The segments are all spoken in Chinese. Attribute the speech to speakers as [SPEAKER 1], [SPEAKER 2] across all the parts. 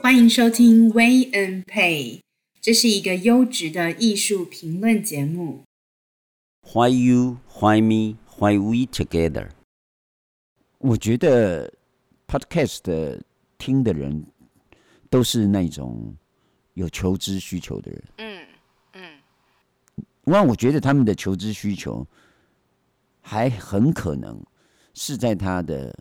[SPEAKER 1] 欢迎收听 Way and Pay，这是一个优质的艺术评论节目。
[SPEAKER 2] Why you? Why me? Why we together？我觉得 podcast 的听的人都是那种有求知需求的人。
[SPEAKER 1] 嗯嗯，
[SPEAKER 2] 因为我觉得他们的求知需求还很可能是在他的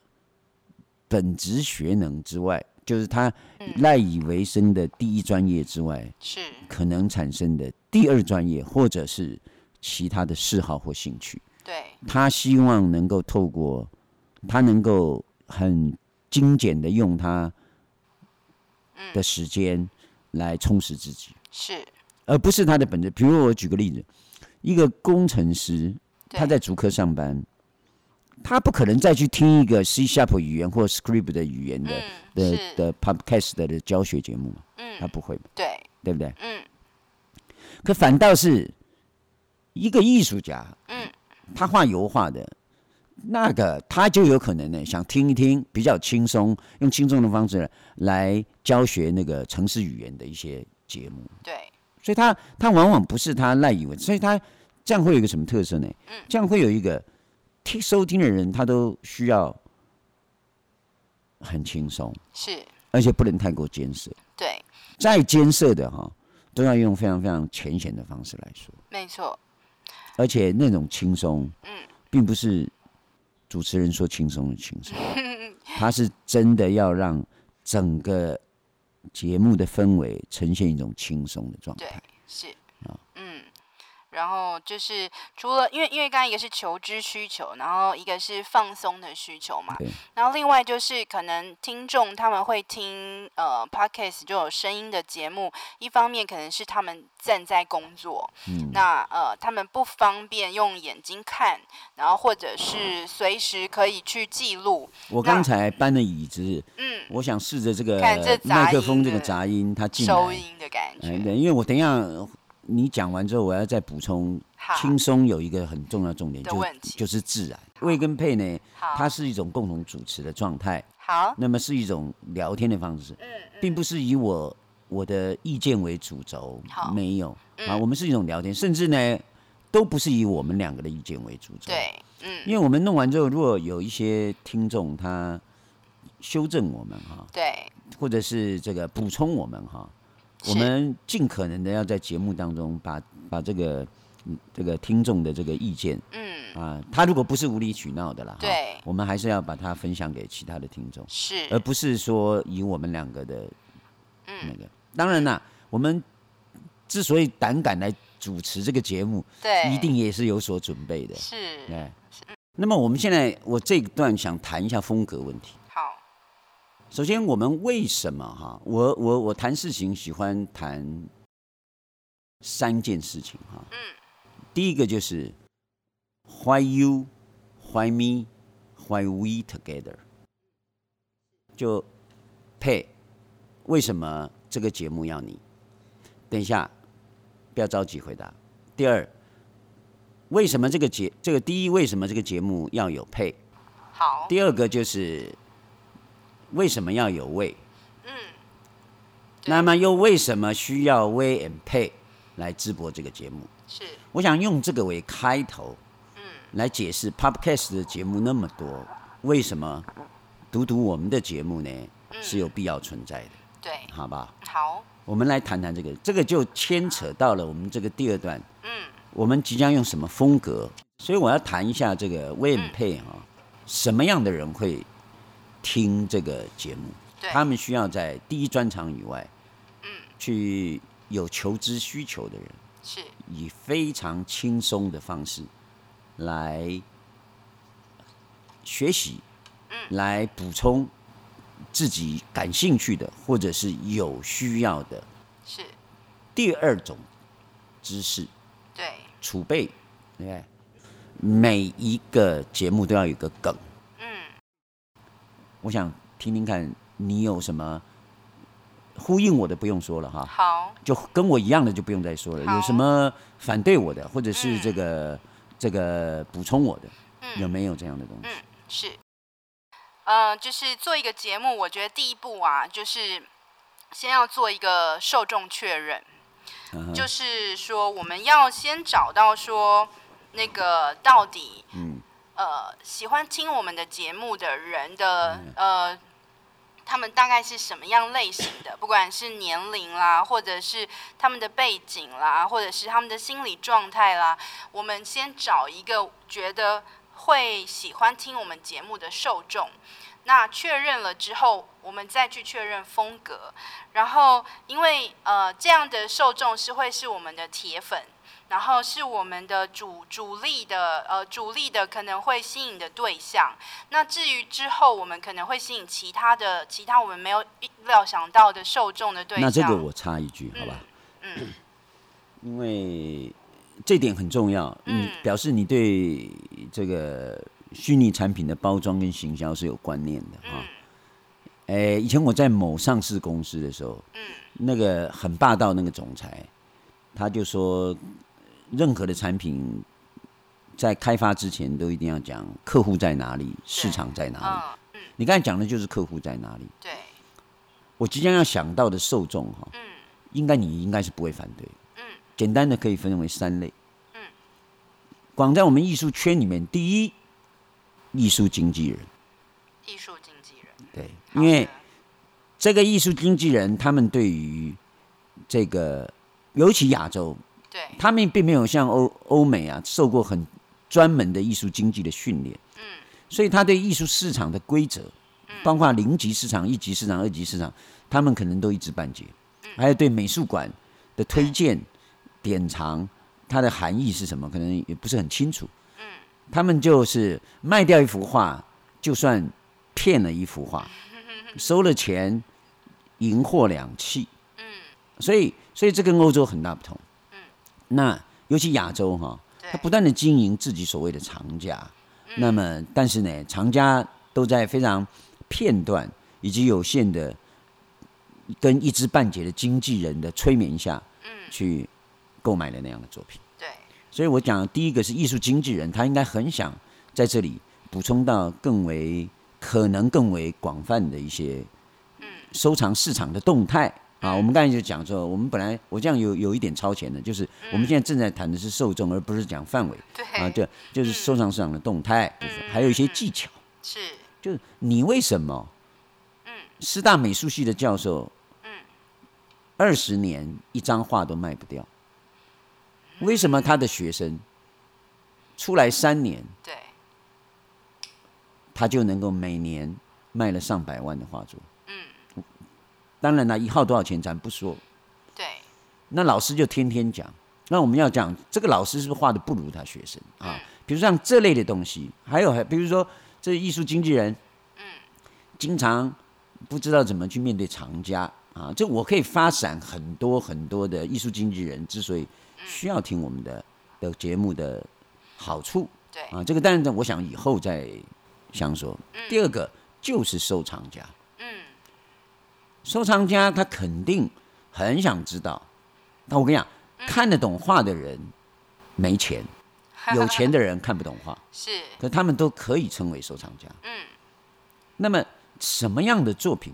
[SPEAKER 2] 本职学能之外，就是他
[SPEAKER 1] 嗯
[SPEAKER 2] 赖以为生的第一专业之外，
[SPEAKER 1] 是
[SPEAKER 2] 可能产生的第二专业，或者是其他的嗜好或兴趣。
[SPEAKER 1] 对，
[SPEAKER 2] 他希望能够透过他能够很精简的用他的时间来充实自己，
[SPEAKER 1] 是
[SPEAKER 2] 而不是他的本质。比如我举个例子，一个工程师
[SPEAKER 1] 对
[SPEAKER 2] 他在竹科上班，他不可能再去听一个 C sharp 语言或 script 的语言的、的
[SPEAKER 1] 嗯是嗯
[SPEAKER 2] 的 podcast 的教学节目嘛，他不会嘛，
[SPEAKER 1] 对，
[SPEAKER 2] 对不对？
[SPEAKER 1] 嗯，
[SPEAKER 2] 可反倒是一个艺术家，
[SPEAKER 1] 嗯，
[SPEAKER 2] 他画油画的，那个他就有可能呢，想听一听比较轻松，用轻松的方式来教学那个城市语言的一些节目，
[SPEAKER 1] 对，
[SPEAKER 2] 所以他他往往不是他赖以为，所以他这样会有一个什么特色呢？
[SPEAKER 1] 嗯
[SPEAKER 2] 这样会有一个听收听的人，他都需要很轻松，
[SPEAKER 1] 是，
[SPEAKER 2] 而且不能太过艰涩，
[SPEAKER 1] 对，
[SPEAKER 2] 再艰涩的哈、都要用非常非常浅显的方式来说。
[SPEAKER 1] 没错，
[SPEAKER 2] 而且那种轻松，并不是主持人说轻松的轻 松，他是真的要让整个节目的氛围呈现一种轻松的状
[SPEAKER 1] 对
[SPEAKER 2] 态。，
[SPEAKER 1] 是，嗯，然后就是除了因为因为刚刚一个是求知需求，然后一个是放松的需求嘛
[SPEAKER 2] 对，
[SPEAKER 1] 然后另外就是可能听众他们会听呃 podcast 就有声音的节目，一方面可能是他们正在工作，
[SPEAKER 2] 嗯
[SPEAKER 1] 那呃他们不方便用眼睛看，然后或者是随时可以去记录，
[SPEAKER 2] 我刚才搬了椅子，
[SPEAKER 1] 嗯，
[SPEAKER 2] 我想试着这个
[SPEAKER 1] 看这杂音
[SPEAKER 2] 麦克风这个
[SPEAKER 1] 的
[SPEAKER 2] 杂音，它进
[SPEAKER 1] 收
[SPEAKER 2] 来。
[SPEAKER 1] 音的感
[SPEAKER 2] 哎，
[SPEAKER 1] 觉，
[SPEAKER 2] 对，因为我等一下你讲完之后，我要再补充。
[SPEAKER 1] 好，
[SPEAKER 2] 轻松有一个很重要的重点，
[SPEAKER 1] 的
[SPEAKER 2] 就
[SPEAKER 1] 问题
[SPEAKER 2] 就是自然。魏跟佩呢，
[SPEAKER 1] 好，
[SPEAKER 2] 它是一种共同主持的状态。
[SPEAKER 1] 好，
[SPEAKER 2] 那么是一种聊天的方
[SPEAKER 1] 嗯
[SPEAKER 2] 式，并不是以我我的意见为主轴
[SPEAKER 1] 好，嗯
[SPEAKER 2] 没有、啊，我们是一种聊天，甚至呢都不是以我们两个的意见为主轴，，
[SPEAKER 1] 对，嗯，
[SPEAKER 2] 因为我们弄完之后，如果有一些听众他修正我们哈，
[SPEAKER 1] 对，
[SPEAKER 2] 或者是这个补充我们哈，
[SPEAKER 1] 是
[SPEAKER 2] 我们尽可能的要在节目当中把把这个嗯这个听众的这个意见
[SPEAKER 1] 嗯。
[SPEAKER 2] 啊，他如果不是无理取闹的啦，哈
[SPEAKER 1] 对
[SPEAKER 2] 我们还是要把它分享给其他的听众。
[SPEAKER 1] 是，
[SPEAKER 2] 而不是说以我们两个的那
[SPEAKER 1] 嗯
[SPEAKER 2] 个。当然啦，我们之所以胆敢来主持这个节目，
[SPEAKER 1] 对，
[SPEAKER 2] 一定也是有所准备的。
[SPEAKER 1] 是
[SPEAKER 2] 哎，那么我们现在我这一段想谈一下风格问题。
[SPEAKER 1] 好，
[SPEAKER 2] 首先，我们为什么哈？我我我谈事情喜欢谈三件事情哈。第一个就是 Why you, Why me, Why we together，就配为什么这个节目要你？等一下，不要着急回答。第二，为什么这个节这个第一为什么这个节目要有配？
[SPEAKER 1] 好，
[SPEAKER 2] 第二个就是为什么要有位？
[SPEAKER 1] 对
[SPEAKER 2] 那么又为什么需要 way and pay 来直播这个节目？
[SPEAKER 1] 是
[SPEAKER 2] 我想用这个为开头，来解释 podcast 的节目那么多，为什么读读我们的节目呢是有必要存在的，
[SPEAKER 1] 对，
[SPEAKER 2] 好吧？
[SPEAKER 1] 好，
[SPEAKER 2] 我们来谈谈这个，这个就牵扯到了我们这个第二段，嗯，我们即将用什么风格？所以我要谈一下这个 William 配哈、啊什么样的人会听这个节目？
[SPEAKER 1] 对，
[SPEAKER 2] 他们需要在第一专场以外，嗯，去有求知需求的人，
[SPEAKER 1] 是
[SPEAKER 2] 以非常轻松的方式来学习，来补充自己感兴趣的或者是有需要的
[SPEAKER 1] 是，
[SPEAKER 2] 第二种知识
[SPEAKER 1] 对，
[SPEAKER 2] 储备，对不对？每一个节目都要有一个梗，
[SPEAKER 1] 嗯，
[SPEAKER 2] 我想听听看你有什么呼应我的，不用说了哈，
[SPEAKER 1] 好，
[SPEAKER 2] 就跟我一样的就不用再说了。
[SPEAKER 1] 好
[SPEAKER 2] 有什么反对我的，或者是这个、这个补充我的，有
[SPEAKER 1] 嗯，
[SPEAKER 2] 没有这样的东西？
[SPEAKER 1] 是。呃，就是做一个节目，我觉得第一步啊，就是先要做一个受众确认，
[SPEAKER 2] 嗯哼
[SPEAKER 1] 就是说我们要先找到说那个到底
[SPEAKER 2] 嗯
[SPEAKER 1] 呃喜欢听我们的节目的人的
[SPEAKER 2] 嗯
[SPEAKER 1] 呃。他们大概是什么样类型的？不管是年龄啦，或者是他们的背景啦，或者是他们的心理状态啦，我们先找一个觉得会喜欢听我们节目的受众。那确认了之后，我们再去确认风格。然后，因为呃，这样的受众是会是我们的铁粉，然后是我们的主主力的呃主力的可能会吸引的对象。那至于之后，我们可能会吸引其他的其他我们没有意料想到的受众的对象。
[SPEAKER 2] 那这个我插一句，好吧？
[SPEAKER 1] 嗯
[SPEAKER 2] 因为这点很重要，
[SPEAKER 1] 嗯
[SPEAKER 2] 嗯，表示你对这个虚拟产品的包装跟行销是有观念的
[SPEAKER 1] 嗯
[SPEAKER 2] 啊。诶，以前我在某上市公司的时候，嗯，那个很霸道那个总裁，他就说，任何的产品在开发之前都一定要讲客户在哪里，市场在哪里。
[SPEAKER 1] 嗯，嗯，
[SPEAKER 2] 你刚才讲的就是客户在哪里。
[SPEAKER 1] 对，
[SPEAKER 2] 我即将要想到的受众哈，
[SPEAKER 1] 嗯
[SPEAKER 2] 应该你应该是不会反对。
[SPEAKER 1] 嗯，
[SPEAKER 2] 简单的可以分为三类。
[SPEAKER 1] 嗯，
[SPEAKER 2] 广在我们艺术圈里面，第一，艺术经纪人，
[SPEAKER 1] 艺术经纪人，
[SPEAKER 2] 对，
[SPEAKER 1] 好
[SPEAKER 2] 因为
[SPEAKER 1] 的
[SPEAKER 2] 这个艺术经纪人他们对于这个，尤其亚洲，
[SPEAKER 1] 对，
[SPEAKER 2] 他们并没有像欧欧美啊受过很专门的艺术经济的训练，嗯，所以他对艺术市场的规则，包括零级市场、一级市场、二级市场，他们可能都一知半解，还有对美术馆的推荐、典藏，它的含义是什么，可能也不是很清楚，嗯，他们就是卖掉一幅画，就算骗了一幅 画，收了钱，银货两讫，嗯，所以所以这跟欧洲很大不同。那尤其亚洲哈、
[SPEAKER 1] 对
[SPEAKER 2] 他不断的经营自己所谓的藏家，那么但是呢，藏家都在非常片段以及有限的跟一知半解的经纪人的催眠下，去购买了那样的作品。
[SPEAKER 1] 对，
[SPEAKER 2] 所以我讲第一个是艺术经纪人，他应该很想在这里补充到更为可能更为广泛的一些收藏市场的动态啊。我们刚才就讲说，我们本来我这样有有一点超前的，就是我们现在正在谈的是受众，而不是讲范围
[SPEAKER 1] 对，
[SPEAKER 2] 啊，对，就是收藏市场的动态部分，还有一些技巧，
[SPEAKER 1] 是，
[SPEAKER 2] 就是你为什么，师大美术系的教授，二十年一张画都卖不掉，为什么他的学生出来三年，
[SPEAKER 1] 对，
[SPEAKER 2] 他就能够每年卖了上百万的画作？当然了，一号多少钱咱不说，
[SPEAKER 1] 对，
[SPEAKER 2] 那老师就天天讲。那我们要讲这个老师是不是画的不如他学生啊？比如像这类的东西，还有还比如说这艺术经纪人，经常不知道怎么去面对藏家啊。这我可以发展很多很多的艺术经纪人之所以需要听我们的的节目的好处
[SPEAKER 1] 对，
[SPEAKER 2] 啊，这个当然我想以后再详说。第二个就是收藏家，
[SPEAKER 1] 嗯，
[SPEAKER 2] 收藏家他肯定很想知道。那我跟你讲，
[SPEAKER 1] 嗯
[SPEAKER 2] 看得懂画的人没钱， 有钱的人看不懂画，
[SPEAKER 1] 是，
[SPEAKER 2] 可他们都可以称为收藏家。
[SPEAKER 1] 嗯，
[SPEAKER 2] 那么什么样的作品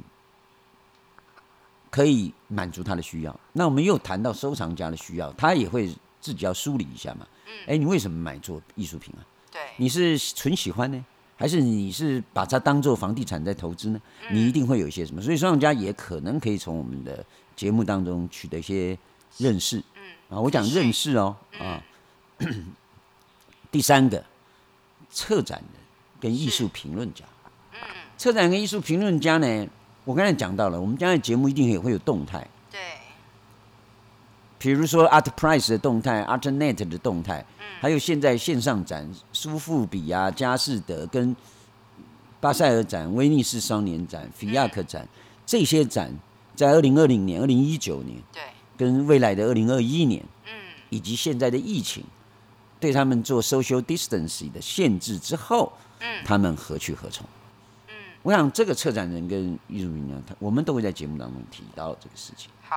[SPEAKER 2] 可以满足他的需要？那我们又谈到收藏家的需要，他也会自己要梳理一下嘛。
[SPEAKER 1] 嗯
[SPEAKER 2] 哎，你为什么买做艺术品啊？
[SPEAKER 1] 对，
[SPEAKER 2] 你是纯喜欢呢，还是你是把它当做房地产在投资呢？你一定会有一些什么，所以收藏家也可能可以从我们的节目当中取得一些认识。啊，我讲认识哦，啊，第三个，策展人跟艺术评论家。策展人跟艺术评论家呢，我刚才讲到了，我们将来节目一定也会有动态。
[SPEAKER 1] 对，
[SPEAKER 2] 比如说 Art Price 的动态，ArtNet 的动态，还有现在线上展，苏富比啊、佳士得跟巴塞尔展、威尼斯双年展、菲亚克展，这些展在二零二零年、二零一九年
[SPEAKER 1] 对，
[SPEAKER 2] 跟未来的二零二一年，
[SPEAKER 1] 嗯，
[SPEAKER 2] 以及现在的疫情，对他们做 social distancing 的限制之后，
[SPEAKER 1] 嗯
[SPEAKER 2] 他们何去何从？我想这个策展人跟艺术评论家，他我们都会在节目当中提到这个事情。
[SPEAKER 1] 好，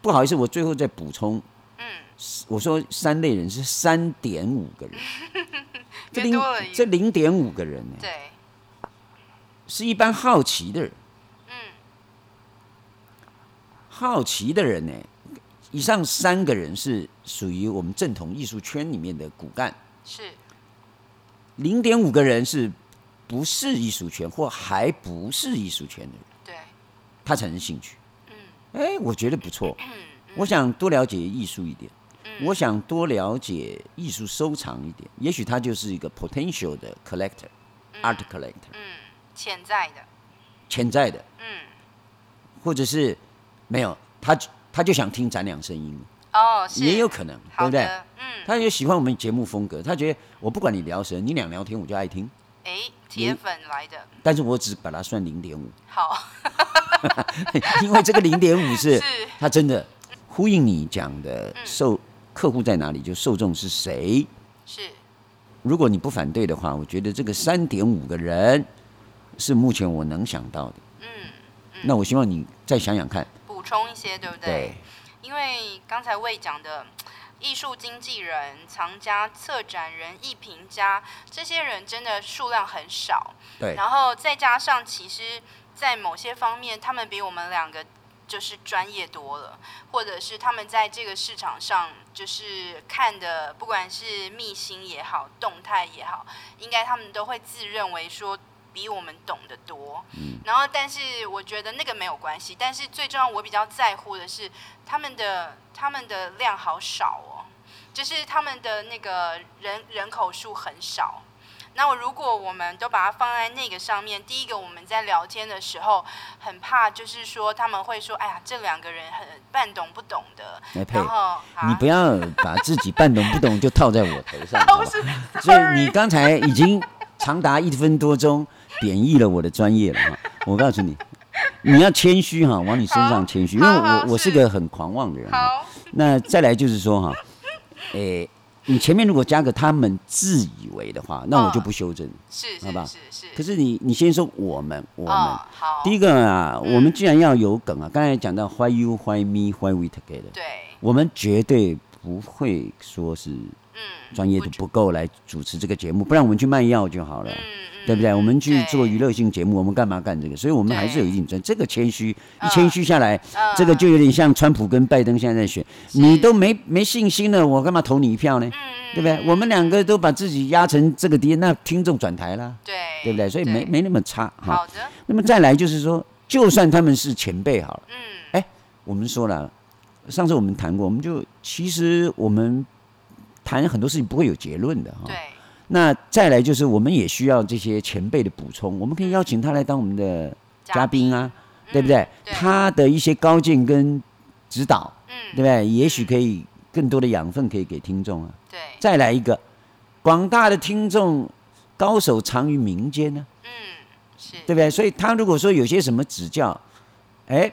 [SPEAKER 2] 不好意思，我最后再补充，
[SPEAKER 1] 嗯，
[SPEAKER 2] 我说三类人是三 点五个人，这
[SPEAKER 1] 又
[SPEAKER 2] 零
[SPEAKER 1] 多了一
[SPEAKER 2] 这零点五个人呢、
[SPEAKER 1] 对，
[SPEAKER 2] 是一般好奇的人，
[SPEAKER 1] 嗯
[SPEAKER 2] 好奇的人呢，以上三个人是属于我们正统艺术圈里面的骨干，
[SPEAKER 1] 是
[SPEAKER 2] 零点五个人是不是艺术圈或还不是艺术圈的人，
[SPEAKER 1] 对，
[SPEAKER 2] 他产生兴趣。
[SPEAKER 1] 嗯
[SPEAKER 2] 哎，我觉得不错，
[SPEAKER 1] 嗯嗯
[SPEAKER 2] 我想多了解艺术一点，
[SPEAKER 1] 嗯
[SPEAKER 2] 我想多了解艺术收藏一点，也许他就是一个 potential 的 collector、art collector，
[SPEAKER 1] 嗯，潜在的，
[SPEAKER 2] 潜在的，
[SPEAKER 1] 嗯
[SPEAKER 2] 或者是没有他他就想听咱俩声音，
[SPEAKER 1] 哦是
[SPEAKER 2] 也有可能，对
[SPEAKER 1] 好
[SPEAKER 2] 不对？
[SPEAKER 1] 的，嗯，
[SPEAKER 2] 他也喜欢我们节目风格，他觉得我不管你聊什么，你俩聊天我就爱听，
[SPEAKER 1] 哎，铁粉来的，
[SPEAKER 2] 但是我只把它算零点五，
[SPEAKER 1] 好
[SPEAKER 2] 因为这个零点五是
[SPEAKER 1] 是
[SPEAKER 2] 他真的呼应你讲的受客户在哪里，就受众是谁。
[SPEAKER 1] 是
[SPEAKER 2] 如果你不反对的话，我觉得这个三点五个人是目前我能想到的。
[SPEAKER 1] 嗯
[SPEAKER 2] 那我希望你再想想看，
[SPEAKER 1] 补充一些对不
[SPEAKER 2] 对，
[SPEAKER 1] 因为刚才魏讲的，艺术经纪人、藏家、策展人、艺评家，这些人真的数量很少。
[SPEAKER 2] 对，
[SPEAKER 1] 然后再加上，其实，在某些方面，他们比我们两个就是专业多了，或者是他们在这个市场上就是看的，不管是秘辛也好，动态也好，应该他们都会自认为说。比我们懂得多，
[SPEAKER 2] 嗯
[SPEAKER 1] 然后但是我觉得那个没有关系，但是最重要我比较在乎的是他们的他们的量好少哦，就是他们的那个人人口数很少，那我如果我们都把它放在那个上面，第一个我们在聊天的时候，很怕就是说他们会说，哎呀，这两个人很半懂不懂的，
[SPEAKER 2] 来佩
[SPEAKER 1] 然，后啊
[SPEAKER 2] 你不要把自己半懂不懂就套在我头 上，好
[SPEAKER 1] 要是
[SPEAKER 2] 吧？所以你刚才已经长达一分多钟贬义了我的专业了哈。我告诉你，你要谦虚哈，往你身上谦虚，因为
[SPEAKER 1] 好好
[SPEAKER 2] 我我
[SPEAKER 1] 是
[SPEAKER 2] 是个很狂妄的人哈。
[SPEAKER 1] 好，
[SPEAKER 2] 那再来就是说 哈，诶，你前面如果加个他们自以为的话，
[SPEAKER 1] 哦
[SPEAKER 2] 那我就不修正。
[SPEAKER 1] 是
[SPEAKER 2] 好吧
[SPEAKER 1] 是是是，
[SPEAKER 2] 可是你你先说我们我们。
[SPEAKER 1] 哦嗯好，
[SPEAKER 2] 第一个啊，我们既然要有梗啊，刚才讲到 why you why me why we together，
[SPEAKER 1] 对，
[SPEAKER 2] 我们绝对不会说是
[SPEAKER 1] 嗯，
[SPEAKER 2] 专业
[SPEAKER 1] 我
[SPEAKER 2] 度
[SPEAKER 1] 觉
[SPEAKER 2] 不够来主持这个节目，不然我们去卖药就好了。
[SPEAKER 1] 嗯嗯，
[SPEAKER 2] 对不对？我们去做娱
[SPEAKER 1] 乐，
[SPEAKER 2] 乐性节目，我们干嘛干这个？所以我们还是有一定准。这个谦虚，一谦虚下来，
[SPEAKER 1] 嗯
[SPEAKER 2] 这个就有点像川普跟拜登现在在选，你都没没信心了，我干嘛投你一票呢？
[SPEAKER 1] 嗯
[SPEAKER 2] 对不对？我们两个都把自己压成这个跌，那听众转台啦，
[SPEAKER 1] 对，
[SPEAKER 2] 对不对？所以没没那么差哈。
[SPEAKER 1] 好的，
[SPEAKER 2] 那么再来就是说，就算他们是前辈好了，
[SPEAKER 1] 嗯，
[SPEAKER 2] 我们说了，上次我们谈过，我们就其实我们谈很多事情不会有结论的哈。
[SPEAKER 1] 对，
[SPEAKER 2] 那再来就是，我们也需要这些前辈的补充，我们可以邀请他来当我们的嘉宾啊，
[SPEAKER 1] 嗯，
[SPEAKER 2] 对不对？
[SPEAKER 1] 对
[SPEAKER 2] 他的一些高见跟指导，
[SPEAKER 1] 嗯，
[SPEAKER 2] 对不对？也许可以更多的养分可以给听众啊。
[SPEAKER 1] 对，
[SPEAKER 2] 再来一个，广大的听众高手藏于民间呢、
[SPEAKER 1] 嗯，是，
[SPEAKER 2] 对不对？所以他如果说有些什么指教，哎，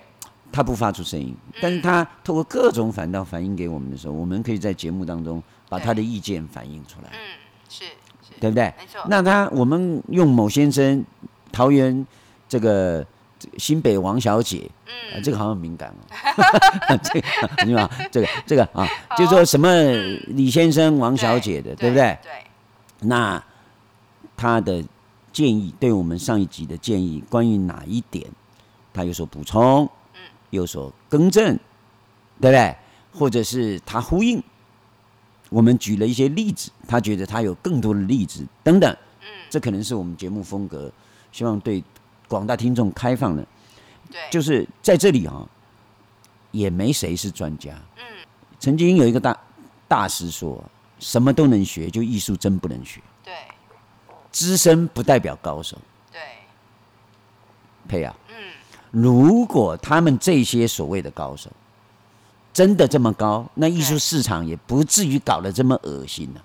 [SPEAKER 2] 他不发出声音，但是他透过各种反道反映给我们的时候，我们可以在节目当中把他的意见反映出来，
[SPEAKER 1] 嗯，是是，
[SPEAKER 2] 对不对？
[SPEAKER 1] 没错，
[SPEAKER 2] 那他我们用某先生、桃园这个新北王小姐，啊，
[SPEAKER 1] 嗯，
[SPEAKER 2] 这个好像很敏感哦，这个对吧？这个这个啊，就说什么李先生、王小姐的，对不对？
[SPEAKER 1] 对，
[SPEAKER 2] 那他的建议，对我们上一集的建议，关于哪一点，他有所补充，有所更正，对不对？或者是他呼应，我们举了一些例子，他觉得他有更多的例子等等，
[SPEAKER 1] 嗯，
[SPEAKER 2] 这可能是我们节目风格，希望对广大听众开放的，
[SPEAKER 1] 对，
[SPEAKER 2] 就是在这里啊、也没谁是专家。
[SPEAKER 1] 嗯，
[SPEAKER 2] 曾经有一个大大师说，什么都能学，就艺术真不能学。
[SPEAKER 1] 对
[SPEAKER 2] 资深不代表高手。
[SPEAKER 1] 对，
[SPEAKER 2] 佩啊，
[SPEAKER 1] 嗯
[SPEAKER 2] 如果他们这些所谓的高手真的这么高，那艺术
[SPEAKER 1] 对
[SPEAKER 2] 市场也不至于搞得这么恶心了、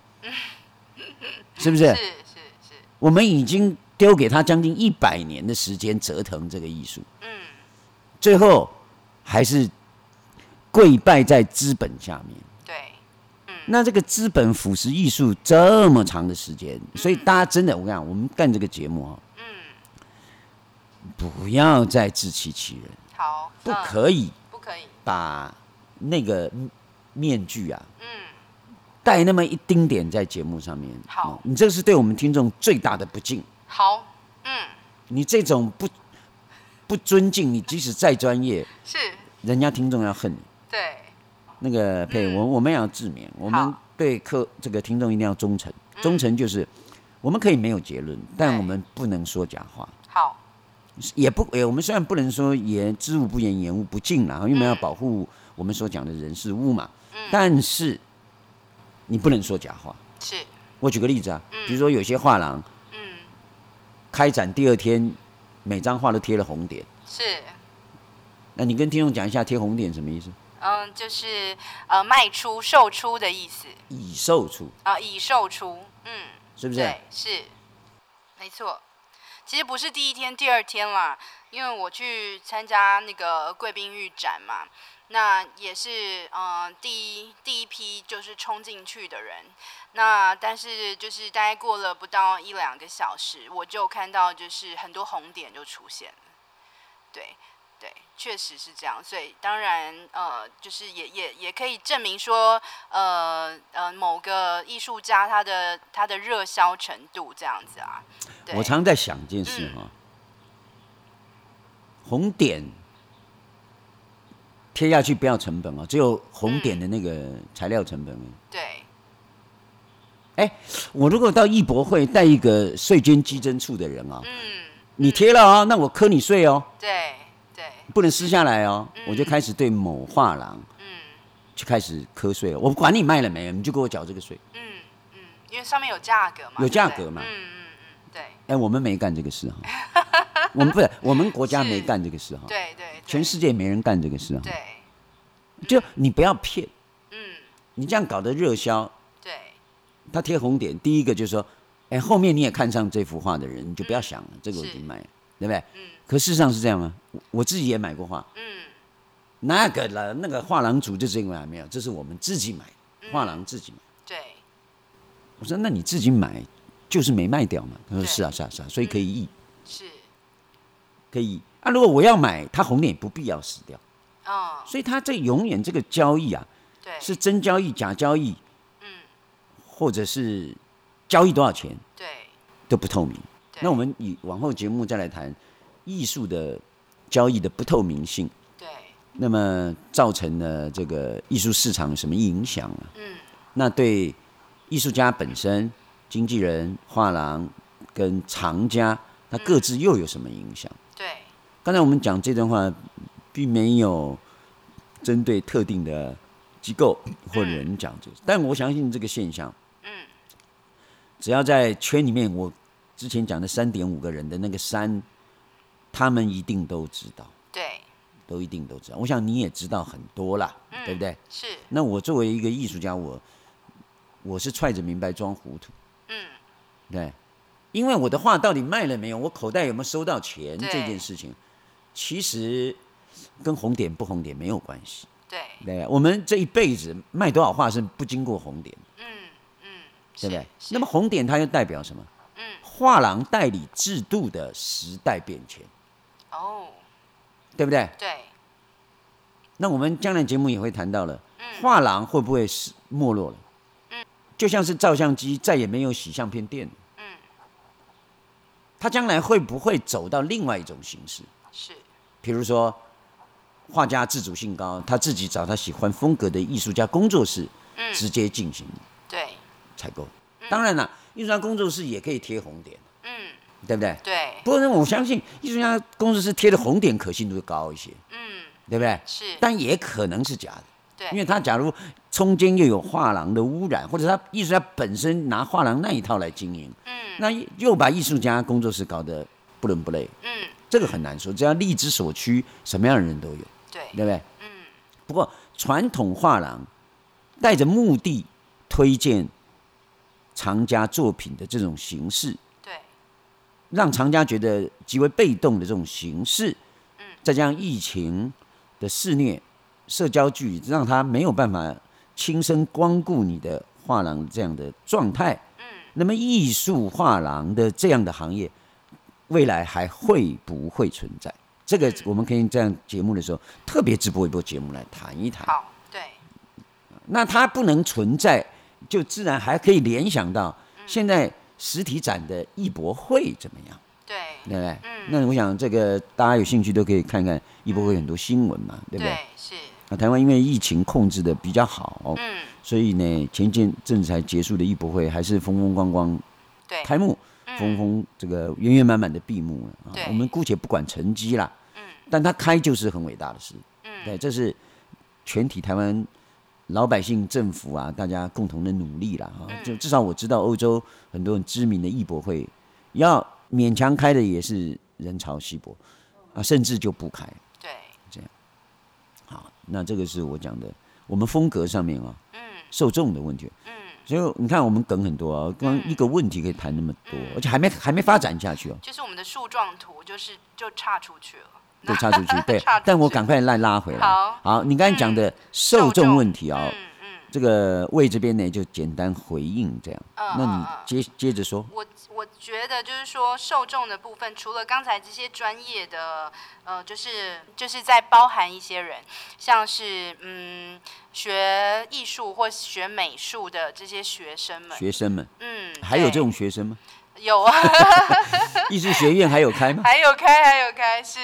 [SPEAKER 2] 是不是？
[SPEAKER 1] 是是是，
[SPEAKER 2] 我们已经丢给他将近一百年的时间折腾这个艺术，
[SPEAKER 1] 嗯
[SPEAKER 2] 最后还是跪拜在资本下面。
[SPEAKER 1] 对，
[SPEAKER 2] 那这个资本腐蚀艺术这么长的时间，所以大家真的，我跟你讲，我们干这个节目啊，
[SPEAKER 1] 嗯
[SPEAKER 2] 不要再自欺欺人，
[SPEAKER 1] 好，
[SPEAKER 2] 不
[SPEAKER 1] 嗯
[SPEAKER 2] 可以
[SPEAKER 1] 不可以，
[SPEAKER 2] 把那个面具啊
[SPEAKER 1] 嗯
[SPEAKER 2] 戴那么一丁点在节目上面。
[SPEAKER 1] 好
[SPEAKER 2] 哦你这是对我们听众最大的不敬，
[SPEAKER 1] 好，嗯
[SPEAKER 2] 你这种不不尊敬，你即使再专业，
[SPEAKER 1] 是，
[SPEAKER 2] 人家听众要恨你。
[SPEAKER 1] 对，
[SPEAKER 2] 那个佩，我我们要自勉，我们
[SPEAKER 1] 嗯好嗯
[SPEAKER 2] 对客这个听众一定要忠诚。忠诚就是我们可以没有结论，但
[SPEAKER 1] 对
[SPEAKER 2] 我们不能说假话，
[SPEAKER 1] 好，
[SPEAKER 2] 也不也我们虽然不能说言知无不言，言无不尽啦，因为我们要
[SPEAKER 1] 嗯
[SPEAKER 2] 保护我们所讲的人事物嘛。但是你不能说假话。
[SPEAKER 1] 是，
[SPEAKER 2] 我举个例子啊，比如说有些画廊
[SPEAKER 1] 嗯，
[SPEAKER 2] 开展第二天，每张画都贴了红点。
[SPEAKER 1] 是，
[SPEAKER 2] 那你跟听众讲一下贴红点什么意思？
[SPEAKER 1] 嗯，就是呃，卖出、售出的意思
[SPEAKER 2] 已售出，
[SPEAKER 1] 啊、已售出，嗯，
[SPEAKER 2] 是不是？
[SPEAKER 1] 对，是，没错。其实不是第一天、第二天啦，因为我去参加那个贵宾预展嘛，那也是嗯、呃第一第一批就是冲进去的人。那但是就是大概过了不到一两个小时，我就看到就是很多红点就出现了。对对，确实是这样。所以当然呃，就是也也也可以证明说，呃呃某个艺术家他的他的热销程度这样子啊。对
[SPEAKER 2] 我常在想一件事哈、红点贴下去不要成本哦，只有红点的那个材料成本而已。
[SPEAKER 1] 对
[SPEAKER 2] 我如果到艺博会带一个税捐稽征处的人啊、
[SPEAKER 1] 嗯
[SPEAKER 2] 你贴了啊、那我扣你税哦，
[SPEAKER 1] 对对
[SPEAKER 2] 不能撕下来哦，我就开始对某画廊
[SPEAKER 1] 嗯
[SPEAKER 2] 就开始扣税哦了。我管你卖了没有，你就给我缴这个税。
[SPEAKER 1] 嗯嗯，因为上面有价格嘛，
[SPEAKER 2] 有
[SPEAKER 1] 对不
[SPEAKER 2] 价
[SPEAKER 1] 对
[SPEAKER 2] 格嘛
[SPEAKER 1] 嗯嗯嗯，对
[SPEAKER 2] 哎，我们没干这个事哈、 我们不是我们国家
[SPEAKER 1] 是
[SPEAKER 2] 没干这个事哈、
[SPEAKER 1] 对对，
[SPEAKER 2] 全
[SPEAKER 1] 对
[SPEAKER 2] 世界没人干这个事哈、
[SPEAKER 1] 对
[SPEAKER 2] 就你不要骗，
[SPEAKER 1] 嗯
[SPEAKER 2] 你这样搞得热销，
[SPEAKER 1] 对
[SPEAKER 2] 他贴红点，第一个就是说，哎，后面你也看上这幅画的人，你就不要想了，这个我已经卖了，对不对？
[SPEAKER 1] 嗯
[SPEAKER 2] 可事实上是这样吗？我我自己也买过画，
[SPEAKER 1] 嗯
[SPEAKER 2] 那个了，那个画廊主就这个买没有，这是我们自己买，画廊自己买。
[SPEAKER 1] 对
[SPEAKER 2] 我说那你自己买就是没卖掉嘛？他说是啊是啊是啊，所以可以议
[SPEAKER 1] 是
[SPEAKER 2] 可以议。啊，如果我要买，他红点也不必要死掉，
[SPEAKER 1] 嗯
[SPEAKER 2] 所以他这永远这个交易啊，
[SPEAKER 1] 对
[SPEAKER 2] 是真交易假交易，
[SPEAKER 1] 嗯
[SPEAKER 2] 或者是交易多少钱
[SPEAKER 1] 对
[SPEAKER 2] 都不透明。
[SPEAKER 1] 对
[SPEAKER 2] 那我们以往后节目再来谈艺术的交易的不透明性，
[SPEAKER 1] 对
[SPEAKER 2] 那么造成了这个艺术市场有什么影响啊？
[SPEAKER 1] 嗯
[SPEAKER 2] 那对艺术家本身、经纪人、画廊跟藏家，他各自又有什么影响？
[SPEAKER 1] 对
[SPEAKER 2] 刚才我们讲这段话，并没有针对特定的机构或人讲这个，但我相信这个现象，
[SPEAKER 1] 嗯
[SPEAKER 2] 只要在圈里面，我之前讲的三点五个人的那个三，他们一定都知道，
[SPEAKER 1] 对
[SPEAKER 2] 都一定都知道。我想你也知道很多啦，
[SPEAKER 1] 嗯
[SPEAKER 2] 对不对？
[SPEAKER 1] 是
[SPEAKER 2] 那我作为一个艺术家，我我是揣着明白装糊涂，
[SPEAKER 1] 嗯
[SPEAKER 2] 对，因为我的画到底卖了没有，我口袋有没有收到钱
[SPEAKER 1] 对
[SPEAKER 2] 这件事情，其实跟红点不红点没有关系。
[SPEAKER 1] 对
[SPEAKER 2] 对，我们这一辈子卖多少画是不经过红点，
[SPEAKER 1] 嗯嗯
[SPEAKER 2] 对不对？
[SPEAKER 1] 是
[SPEAKER 2] 那么红点它又代表什么？
[SPEAKER 1] 嗯
[SPEAKER 2] 画廊代理制度的时代变迁，
[SPEAKER 1] 哦
[SPEAKER 2] 对不对？
[SPEAKER 1] 对
[SPEAKER 2] 那我们将来节目也会谈到了，
[SPEAKER 1] 嗯
[SPEAKER 2] 画廊会不会是没落了？就像是照相机再也没有洗相片店了，
[SPEAKER 1] 嗯
[SPEAKER 2] 它将来会不会走到另外一种形式？
[SPEAKER 1] 是
[SPEAKER 2] 比如说，画家自主性高，他自己找他喜欢风格的艺术家工作室，
[SPEAKER 1] 嗯
[SPEAKER 2] 直接进行
[SPEAKER 1] 对
[SPEAKER 2] 采购。当然了，艺术家工作室也可以贴红点，
[SPEAKER 1] 嗯
[SPEAKER 2] 对不对？
[SPEAKER 1] 对
[SPEAKER 2] 不过呢，我相信艺术家工作室贴的红点可信度会高一些，
[SPEAKER 1] 嗯哎
[SPEAKER 2] 对不对？
[SPEAKER 1] 是
[SPEAKER 2] 但也可能是假的。
[SPEAKER 1] 对
[SPEAKER 2] 因为他假如中间又有画廊的污染，或者他艺术家本身拿画廊那一套来经营，
[SPEAKER 1] 嗯
[SPEAKER 2] 那又把艺术家工作室搞得不伦不类，
[SPEAKER 1] 嗯
[SPEAKER 2] 这个很难说。只要力之所趋，什么样的人都有，
[SPEAKER 1] 对
[SPEAKER 2] 对不对？
[SPEAKER 1] 嗯
[SPEAKER 2] 不过传统画廊带着目的推荐藏家作品的这种形式，
[SPEAKER 1] 对
[SPEAKER 2] 让藏家觉得极为被动的这种形式，再加上疫情的肆虐、社交距离，让他没有办法亲身光顾你的画廊这样的状态。那么艺术画廊的这样的行业，未来还会不会存在？这个我们可以这样节目的时候特别直播一波节目来谈一谈。
[SPEAKER 1] 好对
[SPEAKER 2] 那它不能存在，就自然还可以联想到现在实体展的艺博会怎么样？
[SPEAKER 1] 对
[SPEAKER 2] 对不对？
[SPEAKER 1] 嗯
[SPEAKER 2] 那我想这个大家有兴趣都可以看看，一波会有很多新闻嘛，对不对？
[SPEAKER 1] 嗯对是，
[SPEAKER 2] 那台湾因为疫情控制的比较好，
[SPEAKER 1] 嗯
[SPEAKER 2] 所以呢，前一阵阵才结束的艺博会还是风风光光
[SPEAKER 1] 对，
[SPEAKER 2] 开幕，风
[SPEAKER 1] 嗯
[SPEAKER 2] 风这个圆圆满满的闭幕了啊
[SPEAKER 1] 对。
[SPEAKER 2] 我们姑且不管成绩啦，
[SPEAKER 1] 嗯
[SPEAKER 2] 但它开就是很伟大的事。对，
[SPEAKER 1] 嗯
[SPEAKER 2] 这是全体台湾老百姓、政府啊，大家共同的努力啦。哈、
[SPEAKER 1] 嗯
[SPEAKER 2] 就至少我知道欧洲很多很知名的艺博会，要勉强开的也是人潮稀薄啊，甚至就不开。
[SPEAKER 1] 对，
[SPEAKER 2] 好，那这个是我讲的，我们风格上面啊，
[SPEAKER 1] 嗯
[SPEAKER 2] 受众的问题。
[SPEAKER 1] 嗯，
[SPEAKER 2] 所以你看，我们梗很多啊，光一个问题可以谈那么多，
[SPEAKER 1] 嗯
[SPEAKER 2] 而且还没还没发展 下去哦、
[SPEAKER 1] 就是我们的树状图就是就岔出去了，，
[SPEAKER 2] 就插出去 对
[SPEAKER 1] 岔出去，
[SPEAKER 2] 但我赶快来拉回来。
[SPEAKER 1] 好
[SPEAKER 2] 你刚才讲的受众问题啊、
[SPEAKER 1] 嗯嗯。
[SPEAKER 2] 这个魏这边呢，就简单回应这样。
[SPEAKER 1] 嗯
[SPEAKER 2] 那
[SPEAKER 1] 嗯
[SPEAKER 2] 你
[SPEAKER 1] 嗯
[SPEAKER 2] 接接着说，
[SPEAKER 1] 我我觉得就是说，受众的部分，除了刚才这些专业的，呃，就是就是在包含一些人，像是嗯学艺术或学美术的这些学生们，
[SPEAKER 2] 学生们
[SPEAKER 1] 嗯，
[SPEAKER 2] 还有
[SPEAKER 1] 对
[SPEAKER 2] 这种学生吗？
[SPEAKER 1] 有啊，
[SPEAKER 2] 艺术学院还有开吗？
[SPEAKER 1] 还有开，还有开是。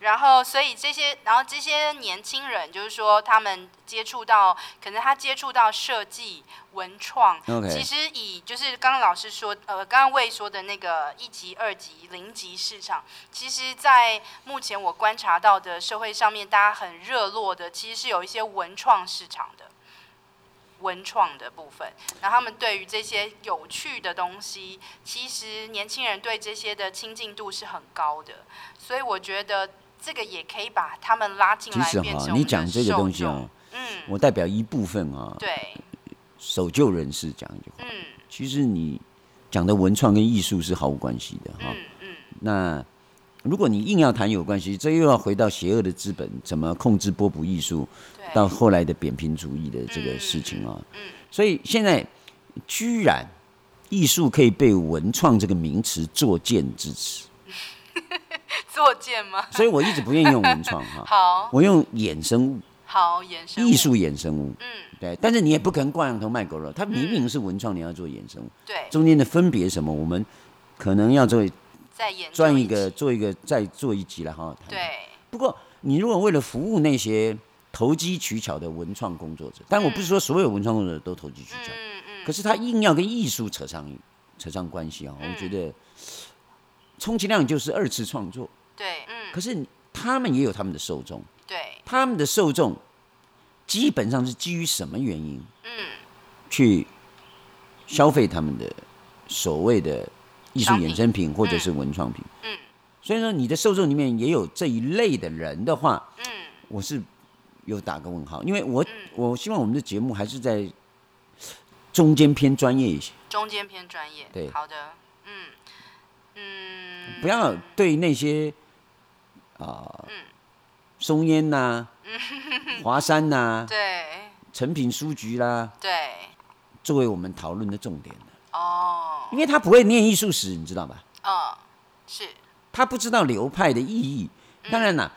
[SPEAKER 1] 然后，所以这些，然后这些年轻人，就是说他们接触到，可能他接触到设计、文创。
[SPEAKER 2] OK
[SPEAKER 1] 其实以就是刚刚老师说，呃，刚刚魏说的那个一级、二级、零级市场，其实，在目前我观察到的社会上面，大家很热络的，其实是有一些文创市场的。文创的部分，然后他们对于这些有趣的东西，其实年轻人对这些的亲近度是很高的，所以我觉得这个也可以把他们拉进
[SPEAKER 2] 其
[SPEAKER 1] 来，
[SPEAKER 2] 实
[SPEAKER 1] 变
[SPEAKER 2] 哈
[SPEAKER 1] 成，我
[SPEAKER 2] 你
[SPEAKER 1] 们的
[SPEAKER 2] 讲这个
[SPEAKER 1] 受
[SPEAKER 2] 东西
[SPEAKER 1] 众
[SPEAKER 2] 哦，
[SPEAKER 1] 嗯，
[SPEAKER 2] 我代表一部分啊，
[SPEAKER 1] 对，
[SPEAKER 2] 守旧人士讲一句话，
[SPEAKER 1] 嗯
[SPEAKER 2] 其实你讲的文创跟艺术是毫无关系的哈。
[SPEAKER 1] 嗯嗯，
[SPEAKER 2] 那如果你硬要谈有关系，这又要回到邪恶的资本怎么控制波普艺术，
[SPEAKER 1] 对，
[SPEAKER 2] 到后来的扁平主义的这个事情啊、
[SPEAKER 1] 嗯
[SPEAKER 2] 所以现在居然艺术可以被文创这个名词作践支持，
[SPEAKER 1] 作践 吗？
[SPEAKER 2] 所以我一直不愿意用文创哈，
[SPEAKER 1] 好
[SPEAKER 2] 我用衍生物，
[SPEAKER 1] 好衍生物
[SPEAKER 2] 艺，术衍生物，
[SPEAKER 1] 嗯，
[SPEAKER 2] 对，但是你也不可能挂羊头卖狗肉，它明明是文创，你要做衍生物，
[SPEAKER 1] 对，
[SPEAKER 2] 中间的分别是什么，我们可能要做
[SPEAKER 1] 再研究
[SPEAKER 2] 赚一
[SPEAKER 1] 集
[SPEAKER 2] 个，做一个再做一集了哈，谈
[SPEAKER 1] 对，
[SPEAKER 2] 不过，你如果为了服务那些投机取巧的文创工作者，但我不是说所有文创工作者都投机取巧，
[SPEAKER 1] 嗯嗯，
[SPEAKER 2] 可是他硬要跟艺术扯上扯上关系啊、
[SPEAKER 1] 嗯
[SPEAKER 2] 我觉得充其量就是二次创作。
[SPEAKER 1] 对，嗯
[SPEAKER 2] 可是他们也有他们的受众，
[SPEAKER 1] 对，
[SPEAKER 2] 他们的受众基本上是基于什么原因
[SPEAKER 1] 嗯
[SPEAKER 2] 去消费他们的所谓的艺术
[SPEAKER 1] 商品
[SPEAKER 2] 衍生品或者是文创品？
[SPEAKER 1] 嗯
[SPEAKER 2] 所以说，你的受众里面也有这一类的人的话，
[SPEAKER 1] 嗯
[SPEAKER 2] 我是有打个问号，因为我、我希望我们的节目还是在中间偏专业一些，
[SPEAKER 1] 中间偏专业，
[SPEAKER 2] 对
[SPEAKER 1] 好的，嗯嗯，
[SPEAKER 2] 不要对那些啊、松烟呐、华山呐、
[SPEAKER 1] 对
[SPEAKER 2] 成品书局啦、
[SPEAKER 1] 对，
[SPEAKER 2] 作为我们讨论的重点
[SPEAKER 1] 哦，
[SPEAKER 2] 因为他不会念艺术史，你知道吧？
[SPEAKER 1] 嗯，是，
[SPEAKER 2] 他不知道流派的意义。当然啦，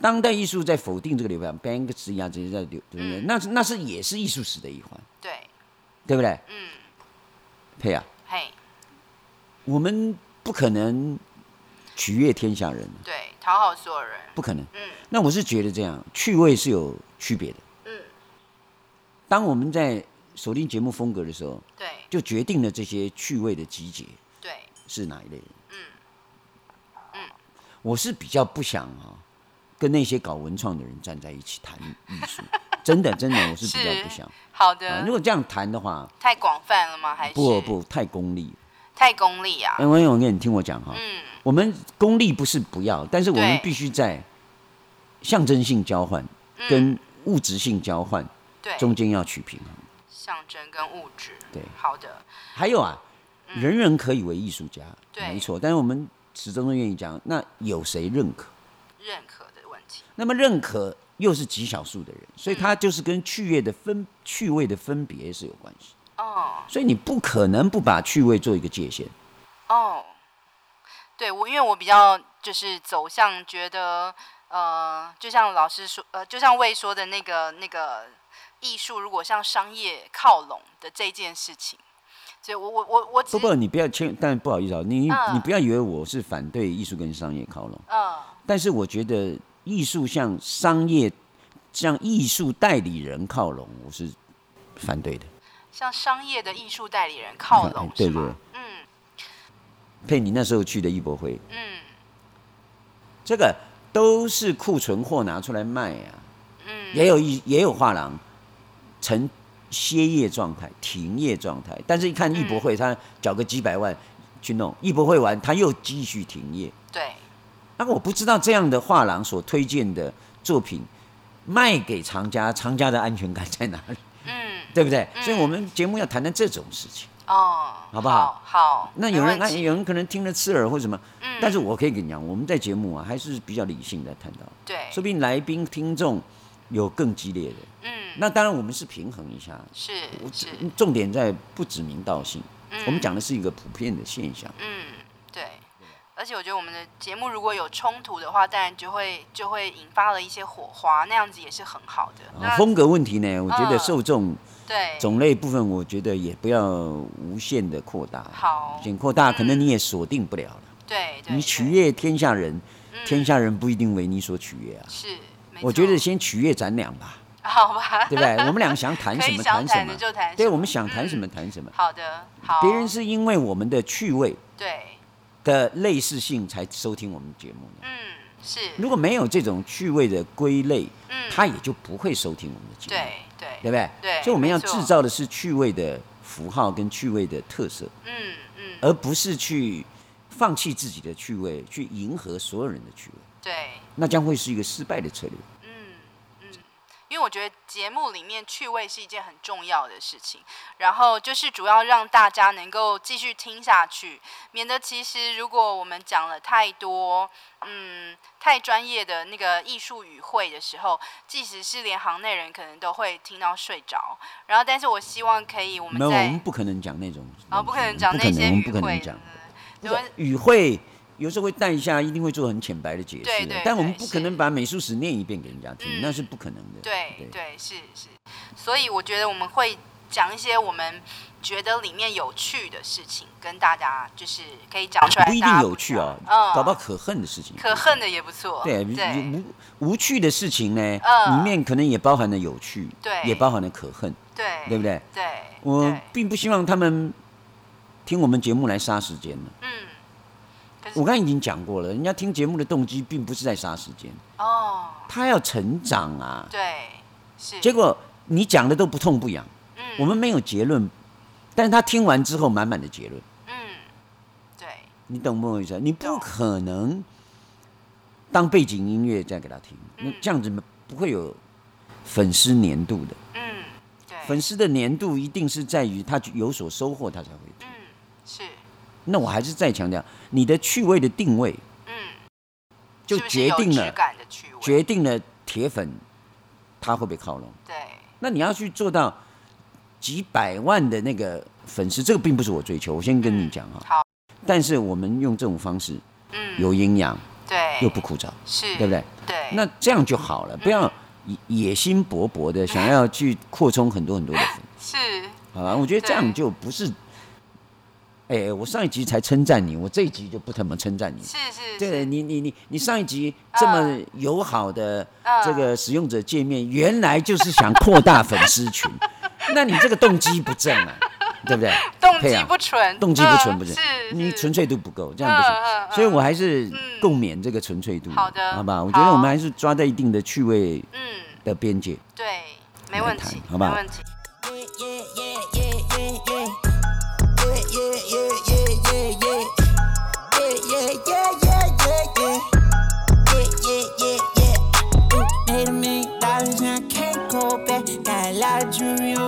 [SPEAKER 2] 当代艺术在否定这个流派，Banksy 啊这些在流，对不对？
[SPEAKER 1] 嗯
[SPEAKER 2] 那是那是也是艺术史的一环，
[SPEAKER 1] 对，
[SPEAKER 2] 对不对？
[SPEAKER 1] 嗯，
[SPEAKER 2] 佩啊，
[SPEAKER 1] 嘿，
[SPEAKER 2] 我们不可能取悦天下人，
[SPEAKER 1] 对，讨好所有人，
[SPEAKER 2] 不可能。
[SPEAKER 1] 嗯
[SPEAKER 2] 那我是觉得这样，趣味是有区别的。
[SPEAKER 1] 嗯，
[SPEAKER 2] 当我们在锁定节目风格的时候，
[SPEAKER 1] 对
[SPEAKER 2] 就决定了这些趣味的集结
[SPEAKER 1] 对，
[SPEAKER 2] 是哪一类人。
[SPEAKER 1] 嗯
[SPEAKER 2] 我是比较不想啊，跟那些搞文创的人站在一起谈艺术， 真的真的，我是比较不想。
[SPEAKER 1] 好
[SPEAKER 2] 啊
[SPEAKER 1] 的，
[SPEAKER 2] 如果这样谈的话，
[SPEAKER 1] 太广泛了吗？还是
[SPEAKER 2] 不不太功利。
[SPEAKER 1] 太功利啊？
[SPEAKER 2] 哎，王永健，你听我讲哈，
[SPEAKER 1] 嗯，
[SPEAKER 2] 我们功利不是不要，但是我们
[SPEAKER 1] 对
[SPEAKER 2] 必须在象征性交换
[SPEAKER 1] 嗯
[SPEAKER 2] 跟物质性交换
[SPEAKER 1] 对，
[SPEAKER 2] 中间要取平衡。
[SPEAKER 1] 象征跟物质，
[SPEAKER 2] 对
[SPEAKER 1] 好的，
[SPEAKER 2] 还有啊，人人可以为艺术家，
[SPEAKER 1] 嗯对
[SPEAKER 2] 没错。但是我们始终都愿意讲，那有谁认可？
[SPEAKER 1] 认可的问题，
[SPEAKER 2] 那么认可又是极少数的人，所以它就是跟趣味的分趣味的分别是有关系。
[SPEAKER 1] 哦
[SPEAKER 2] 所以你不可能不把趣味做一个界限。
[SPEAKER 1] 哦，对我，因为我比较就是走向觉得，呃，就像老师说，呃，就像魏说的那个那个艺术，如果向商业靠拢的这件事情，所以我我我我只嗯
[SPEAKER 2] 不不，你不要千，但不好意思啊，你、
[SPEAKER 1] 嗯
[SPEAKER 2] 你不要以为我是反对艺术跟商业靠拢，
[SPEAKER 1] 嗯
[SPEAKER 2] 但是我觉得艺术向商业向艺术代理人靠拢，我是反对的。
[SPEAKER 1] 向商业的艺术代理人靠拢，
[SPEAKER 2] 哎对
[SPEAKER 1] 是吗？嗯
[SPEAKER 2] 配你那时候去的艺博会，
[SPEAKER 1] 嗯
[SPEAKER 2] 这个都是库存货拿出来卖呀、
[SPEAKER 1] 嗯，
[SPEAKER 2] 也有一也有画廊呈歇业状态、停业状态，但是一看艺博
[SPEAKER 1] 嗯
[SPEAKER 2] 会，他缴个几百万去弄，艺博会完他又继续停业。
[SPEAKER 1] 对，
[SPEAKER 2] 那我不知道这样的画廊所推荐的作品卖给藏家，藏家的安全感在哪里？
[SPEAKER 1] 嗯
[SPEAKER 2] 对不对？所以我们节目要谈谈这种事情。
[SPEAKER 1] 哦，
[SPEAKER 2] 好不好？
[SPEAKER 1] 好，
[SPEAKER 2] 那
[SPEAKER 1] 没
[SPEAKER 2] 有人
[SPEAKER 1] 问
[SPEAKER 2] 那
[SPEAKER 1] 题
[SPEAKER 2] 有人可能听了刺耳或什么，
[SPEAKER 1] 嗯
[SPEAKER 2] 但是我可以跟你讲，我们在节目啊还是比较理性的探讨，
[SPEAKER 1] 对，
[SPEAKER 2] 说不定来宾听众有更激烈的。
[SPEAKER 1] 嗯，
[SPEAKER 2] 那当然我们是平衡一下，
[SPEAKER 1] 是
[SPEAKER 2] 我
[SPEAKER 1] 是，
[SPEAKER 2] 重点在不指名道姓，
[SPEAKER 1] 嗯
[SPEAKER 2] 我们讲的是一个普遍的现象。
[SPEAKER 1] 嗯，对。而且我觉得我们的节目如果有冲突的话，当然就会就会引发了一些火花，那样子也是很好的。
[SPEAKER 2] 啊，
[SPEAKER 1] 那
[SPEAKER 2] 风格问题呢，我觉得
[SPEAKER 1] 嗯
[SPEAKER 2] 受众
[SPEAKER 1] 对，
[SPEAKER 2] 种类部分，我觉得也不要无限的扩大。
[SPEAKER 1] 好
[SPEAKER 2] 无限扩大可能你也锁定不了了。
[SPEAKER 1] 对对，
[SPEAKER 2] 你
[SPEAKER 1] 对
[SPEAKER 2] 取悦天下人，天
[SPEAKER 1] 嗯
[SPEAKER 2] 下人不一定为你所取悦啊。
[SPEAKER 1] 是，没
[SPEAKER 2] 我觉得
[SPEAKER 1] 错
[SPEAKER 2] 先取悦咱俩吧，
[SPEAKER 1] 好吧，
[SPEAKER 2] 对 不对？我们俩想谈
[SPEAKER 1] 可
[SPEAKER 2] 什
[SPEAKER 1] 以
[SPEAKER 2] 么
[SPEAKER 1] 想
[SPEAKER 2] 谈什
[SPEAKER 1] 谈的
[SPEAKER 2] 么，
[SPEAKER 1] 就谈什么，
[SPEAKER 2] 对，我们想谈什
[SPEAKER 1] 嗯
[SPEAKER 2] 么谈什么。
[SPEAKER 1] 好的，好。
[SPEAKER 2] 别人是因为我们的趣味
[SPEAKER 1] 对，
[SPEAKER 2] 的类似性才收听我们节目的，
[SPEAKER 1] 嗯，是，
[SPEAKER 2] 如果没有这种趣味的归类，
[SPEAKER 1] 嗯，
[SPEAKER 2] 他也就不会收听我们的节目，
[SPEAKER 1] 对对
[SPEAKER 2] 对不对？
[SPEAKER 1] 对
[SPEAKER 2] 所以我们要
[SPEAKER 1] 没错
[SPEAKER 2] 制造的是趣味的符号跟趣味的特色，
[SPEAKER 1] 嗯嗯，
[SPEAKER 2] 而不是去放弃自己的趣味，去迎合所有人的趣味，
[SPEAKER 1] 对，
[SPEAKER 2] 那将会是一个失败的策略。
[SPEAKER 1] 嗯嗯，因为我觉得节目里面趣味是一件很重要的事情，然后就是主要让大家能够继续听下去，免得其实如果我们讲了太多，嗯，太专业的那个艺术语汇的时候，即使是连行内人可能都会听到睡着。然后，但是我希望可以我们
[SPEAKER 2] 没有，我
[SPEAKER 1] 在
[SPEAKER 2] 们不可能讲那种东西，
[SPEAKER 1] 啊、不可能讲
[SPEAKER 2] 不
[SPEAKER 1] 那
[SPEAKER 2] 可
[SPEAKER 1] 些
[SPEAKER 2] 能，我们
[SPEAKER 1] 语
[SPEAKER 2] 不可
[SPEAKER 1] 汇
[SPEAKER 2] 能
[SPEAKER 1] 的
[SPEAKER 2] 讲。。
[SPEAKER 1] 对我
[SPEAKER 2] 语汇有时候会带一下，一定会做很浅白的解释的，啊
[SPEAKER 1] 对对
[SPEAKER 2] 但我
[SPEAKER 1] 对
[SPEAKER 2] 们不可能
[SPEAKER 1] 是
[SPEAKER 2] 把美术史念一遍给人家听，
[SPEAKER 1] 嗯
[SPEAKER 2] 那是不可能的。
[SPEAKER 1] 对对，是是，所以我觉得我们会讲一些我们觉得里面有趣的事情，跟大家就是可以讲出来。
[SPEAKER 2] 不一定
[SPEAKER 1] 大家
[SPEAKER 2] 有
[SPEAKER 1] 不知
[SPEAKER 2] 趣
[SPEAKER 1] 道
[SPEAKER 2] 啊，
[SPEAKER 1] 嗯，
[SPEAKER 2] 搞不好可恨的事情。
[SPEAKER 1] 可恨的也不错。
[SPEAKER 2] 对，
[SPEAKER 1] 对
[SPEAKER 2] 无无趣的事情呢，
[SPEAKER 1] 嗯
[SPEAKER 2] 里面可能也包含了有趣，
[SPEAKER 1] 对
[SPEAKER 2] 也包含了可恨，
[SPEAKER 1] 对
[SPEAKER 2] 对不对？
[SPEAKER 1] 对，
[SPEAKER 2] 我
[SPEAKER 1] 对
[SPEAKER 2] 并不希望他们听我们节目来杀时间了。
[SPEAKER 1] 嗯，可是
[SPEAKER 2] 我刚才已经讲过了，人家听节目的动机并不是在杀时间，
[SPEAKER 1] 哦，
[SPEAKER 2] 他要成长啊。
[SPEAKER 1] 对是
[SPEAKER 2] 结果你讲的都不痛不痒，
[SPEAKER 1] 嗯
[SPEAKER 2] 我们没有结论，但是他听完之后满满的结论，
[SPEAKER 1] 嗯对
[SPEAKER 2] 你懂不懂我意思啊？你不
[SPEAKER 1] 懂
[SPEAKER 2] 可能当背景音乐再给他听，那
[SPEAKER 1] 嗯
[SPEAKER 2] 这样子不会有粉丝粘度的。
[SPEAKER 1] 嗯对
[SPEAKER 2] 粉丝的粘度一定是在于他有所收获，他才会听。
[SPEAKER 1] 嗯是
[SPEAKER 2] 那我还是再强调，你的趣味的定位
[SPEAKER 1] 嗯
[SPEAKER 2] 就是
[SPEAKER 1] 不是
[SPEAKER 2] 决
[SPEAKER 1] 有
[SPEAKER 2] 定
[SPEAKER 1] 质
[SPEAKER 2] 了
[SPEAKER 1] 感的趣味
[SPEAKER 2] 决定了铁粉他会不会靠拢。
[SPEAKER 1] 对
[SPEAKER 2] 那你要去做到几百万的那个粉丝，这个并不是我追求。我先跟你
[SPEAKER 1] 嗯
[SPEAKER 2] 讲啊哈，
[SPEAKER 1] 好
[SPEAKER 2] 但是我们用这种方式
[SPEAKER 1] 嗯哎
[SPEAKER 2] 有营养
[SPEAKER 1] 对
[SPEAKER 2] 又不枯燥，
[SPEAKER 1] 是
[SPEAKER 2] 对不对？
[SPEAKER 1] 对
[SPEAKER 2] 那这样就好
[SPEAKER 1] 嗯
[SPEAKER 2] 了，不要野野心勃勃
[SPEAKER 1] 哎
[SPEAKER 2] 的想要去扩充很多很多的粉，
[SPEAKER 1] 是
[SPEAKER 2] 好吧？我觉得这样就不是。哎，我上一集才称赞你，我这一集就不怎么称赞你。
[SPEAKER 1] 是是
[SPEAKER 2] 对
[SPEAKER 1] 是
[SPEAKER 2] 你，你你你上一集这么友好的
[SPEAKER 1] 嗯
[SPEAKER 2] 这个使用者界面，原来就是想扩大粉丝 群，那你这个动机不正啊，对不对？
[SPEAKER 1] 动
[SPEAKER 2] 佩
[SPEAKER 1] 机
[SPEAKER 2] 啊
[SPEAKER 1] 不纯，
[SPEAKER 2] 动机不纯
[SPEAKER 1] 嗯
[SPEAKER 2] 不正
[SPEAKER 1] 是
[SPEAKER 2] 你
[SPEAKER 1] 是
[SPEAKER 2] 纯粹度不够，这样不行。
[SPEAKER 1] 嗯嗯嗯
[SPEAKER 2] 所以我还是共勉这个纯粹度，
[SPEAKER 1] 好的
[SPEAKER 2] 好吧？我觉得
[SPEAKER 1] 好
[SPEAKER 2] 我们还是抓在一定的趣味
[SPEAKER 1] 嗯
[SPEAKER 2] 的边界。
[SPEAKER 1] 对，没问
[SPEAKER 2] 谈
[SPEAKER 1] 题，
[SPEAKER 2] 好不好
[SPEAKER 1] 没问题。
[SPEAKER 3] Yeah, yeah, yeah, yeah, yeah, yeah. Yeah, yeah, yeah, yeah, yeah, yeah. Yeah, yeah, yeah, yeah, yeah, yeah. Yeah, yeah, yeah, yeah. Ooh, made a million dollars and I can't go back. Got a lot of jewelry on